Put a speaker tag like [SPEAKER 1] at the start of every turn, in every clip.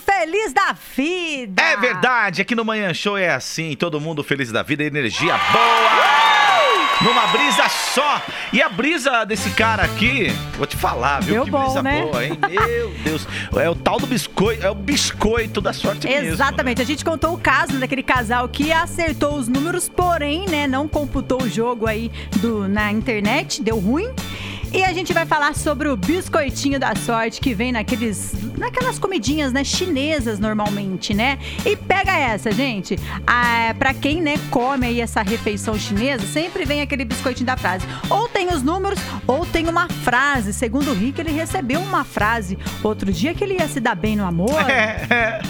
[SPEAKER 1] feliz da vida.
[SPEAKER 2] É verdade, aqui no Manhã Show é assim, todo mundo feliz da vida, energia boa. Numa brisa só. E a brisa desse cara aqui, vou te falar, viu?
[SPEAKER 1] Deu
[SPEAKER 2] que
[SPEAKER 1] bom,
[SPEAKER 2] brisa
[SPEAKER 1] né?
[SPEAKER 2] boa, hein? Meu Deus. É o tal do biscoito, é o biscoito da sorte mesmo. né?
[SPEAKER 1] Exatamente, a gente contou o caso né, daquele casal que acertou os números, porém, né, não computou o jogo aí do, na internet, deu ruim. E a gente vai falar sobre o biscoitinho da sorte que vem naqueles, naquelas comidinhas, né, chinesas normalmente, né? E pega essa, gente. Ah, para quem, né, come aí essa refeição chinesa, sempre vem aquele biscoitinho da frase. Ou tem os números, ou tem uma frase. Segundo o Rick, ele recebeu uma frase outro dia que ele ia se dar bem no amor.
[SPEAKER 2] É, é.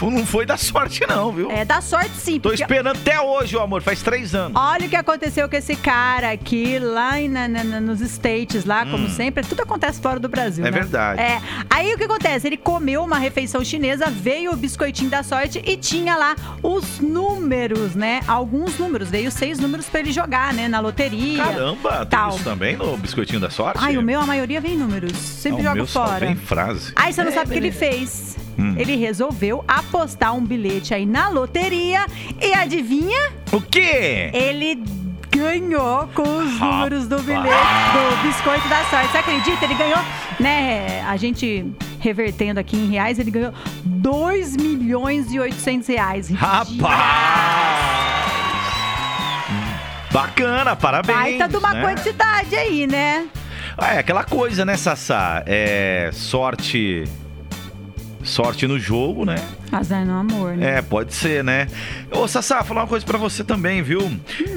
[SPEAKER 2] Não foi da sorte, não, viu?
[SPEAKER 1] É, dá sorte sim,
[SPEAKER 2] Tô
[SPEAKER 1] porque
[SPEAKER 2] esperando até hoje, o amor, faz três anos.
[SPEAKER 1] olha o que aconteceu com esse cara aqui lá em- na- na- na- nos States, lá, como sempre. Tudo acontece fora do Brasil,
[SPEAKER 2] Hum. É
[SPEAKER 1] né?
[SPEAKER 2] verdade.
[SPEAKER 1] É. Aí o que acontece? Ele comeu uma refeição chinesa, veio o biscoitinho da sorte e tinha lá os números, né? Alguns números. Veio seis números pra ele jogar, né? Na loteria.
[SPEAKER 2] Caramba, tem
[SPEAKER 1] Tal.
[SPEAKER 2] isso também no biscoitinho da sorte?
[SPEAKER 1] Ai, o meu, a maioria vem números. Sempre
[SPEAKER 2] Ah, o
[SPEAKER 1] joga
[SPEAKER 2] meu só
[SPEAKER 1] fora.
[SPEAKER 2] vem Hum. frase.
[SPEAKER 1] Aí você não sabe o que ele fez. Ele resolveu apostar um bilhete aí na loteria e adivinha?
[SPEAKER 2] O quê?
[SPEAKER 1] ele ganhou com os
[SPEAKER 2] Rapaz.
[SPEAKER 1] números do bilhete do biscoito da sorte. Você acredita? Ele ganhou, né? A gente revertendo aqui em reais, ele ganhou 2 milhões e 800 reais.
[SPEAKER 2] Rapaz! Bacana, parabéns.
[SPEAKER 1] Baita de uma
[SPEAKER 2] né?
[SPEAKER 1] quantidade aí, né?
[SPEAKER 2] Ah, é aquela coisa, né, Sassá? É sorte. Sorte no jogo, né?
[SPEAKER 1] Azar no amor, né?
[SPEAKER 2] É, pode ser, né? Ô, Sassá, falar uma coisa pra você também, viu?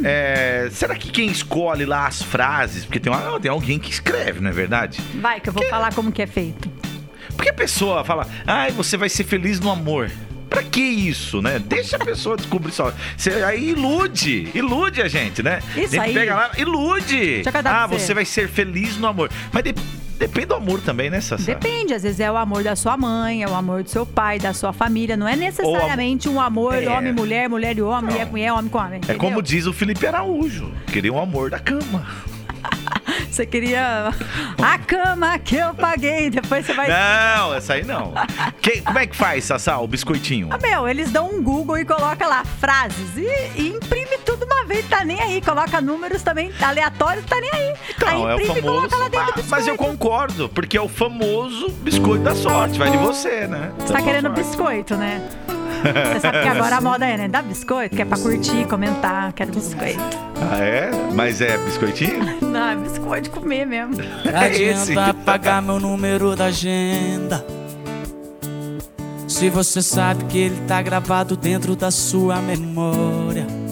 [SPEAKER 2] É, será que quem escolhe lá as frases? Porque tem, uma- tem alguém que escreve, não é verdade?
[SPEAKER 1] Vai, que eu vou falar como que é feito.
[SPEAKER 2] Por que a pessoa fala, ai, você vai ser feliz no amor? Pra que isso, né? Deixa a pessoa descobrir só. Você aí ilude, ilude a gente, né?
[SPEAKER 1] Isso
[SPEAKER 2] A gente
[SPEAKER 1] aí.
[SPEAKER 2] Pega lá, ilude.
[SPEAKER 1] Deixa eu cadar
[SPEAKER 2] Ah,
[SPEAKER 1] pra você.
[SPEAKER 2] você vai ser feliz no amor. Mas de- depende do amor também, né, Sassá?
[SPEAKER 1] Depende, às vezes é o amor da sua mãe, é o amor do seu pai, da sua família. Não é necessariamente um amor
[SPEAKER 2] É.
[SPEAKER 1] homem e mulher, mulher e homem, mulher com mulher, homem com homem.
[SPEAKER 2] É
[SPEAKER 1] entendeu?
[SPEAKER 2] como diz o Felipe Araújo, queria um amor da cama.
[SPEAKER 1] Você queria a cama que eu paguei, depois você vai.
[SPEAKER 2] Né? Não, essa aí não. Que- como é que faz, Sassá, o biscoitinho?
[SPEAKER 1] Ah, Meu, eles dão um Google e coloca lá frases e, e imprime tudo uma vez, tá nem aí. Coloca números também aleatórios, tá nem aí.
[SPEAKER 2] Não,
[SPEAKER 1] aí
[SPEAKER 2] é o
[SPEAKER 1] imprime e
[SPEAKER 2] famoso.
[SPEAKER 1] coloca lá dentro do
[SPEAKER 2] Ah, mas eu
[SPEAKER 1] biscoito.
[SPEAKER 2] concordo, porque é o famoso biscoito da sorte, vai de você, né?
[SPEAKER 1] Você tá querendo biscoito, né? Você sabe que agora a moda é, né? Dá biscoito, que é pra curtir, comentar, quero biscoito.
[SPEAKER 2] Ah, é? Mas é biscoitinho?
[SPEAKER 1] Não, é biscoito de comer mesmo.
[SPEAKER 3] Não
[SPEAKER 2] É esse.
[SPEAKER 3] adianta apagar meu número da agenda. Se você sabe que ele tá gravado dentro da sua memória.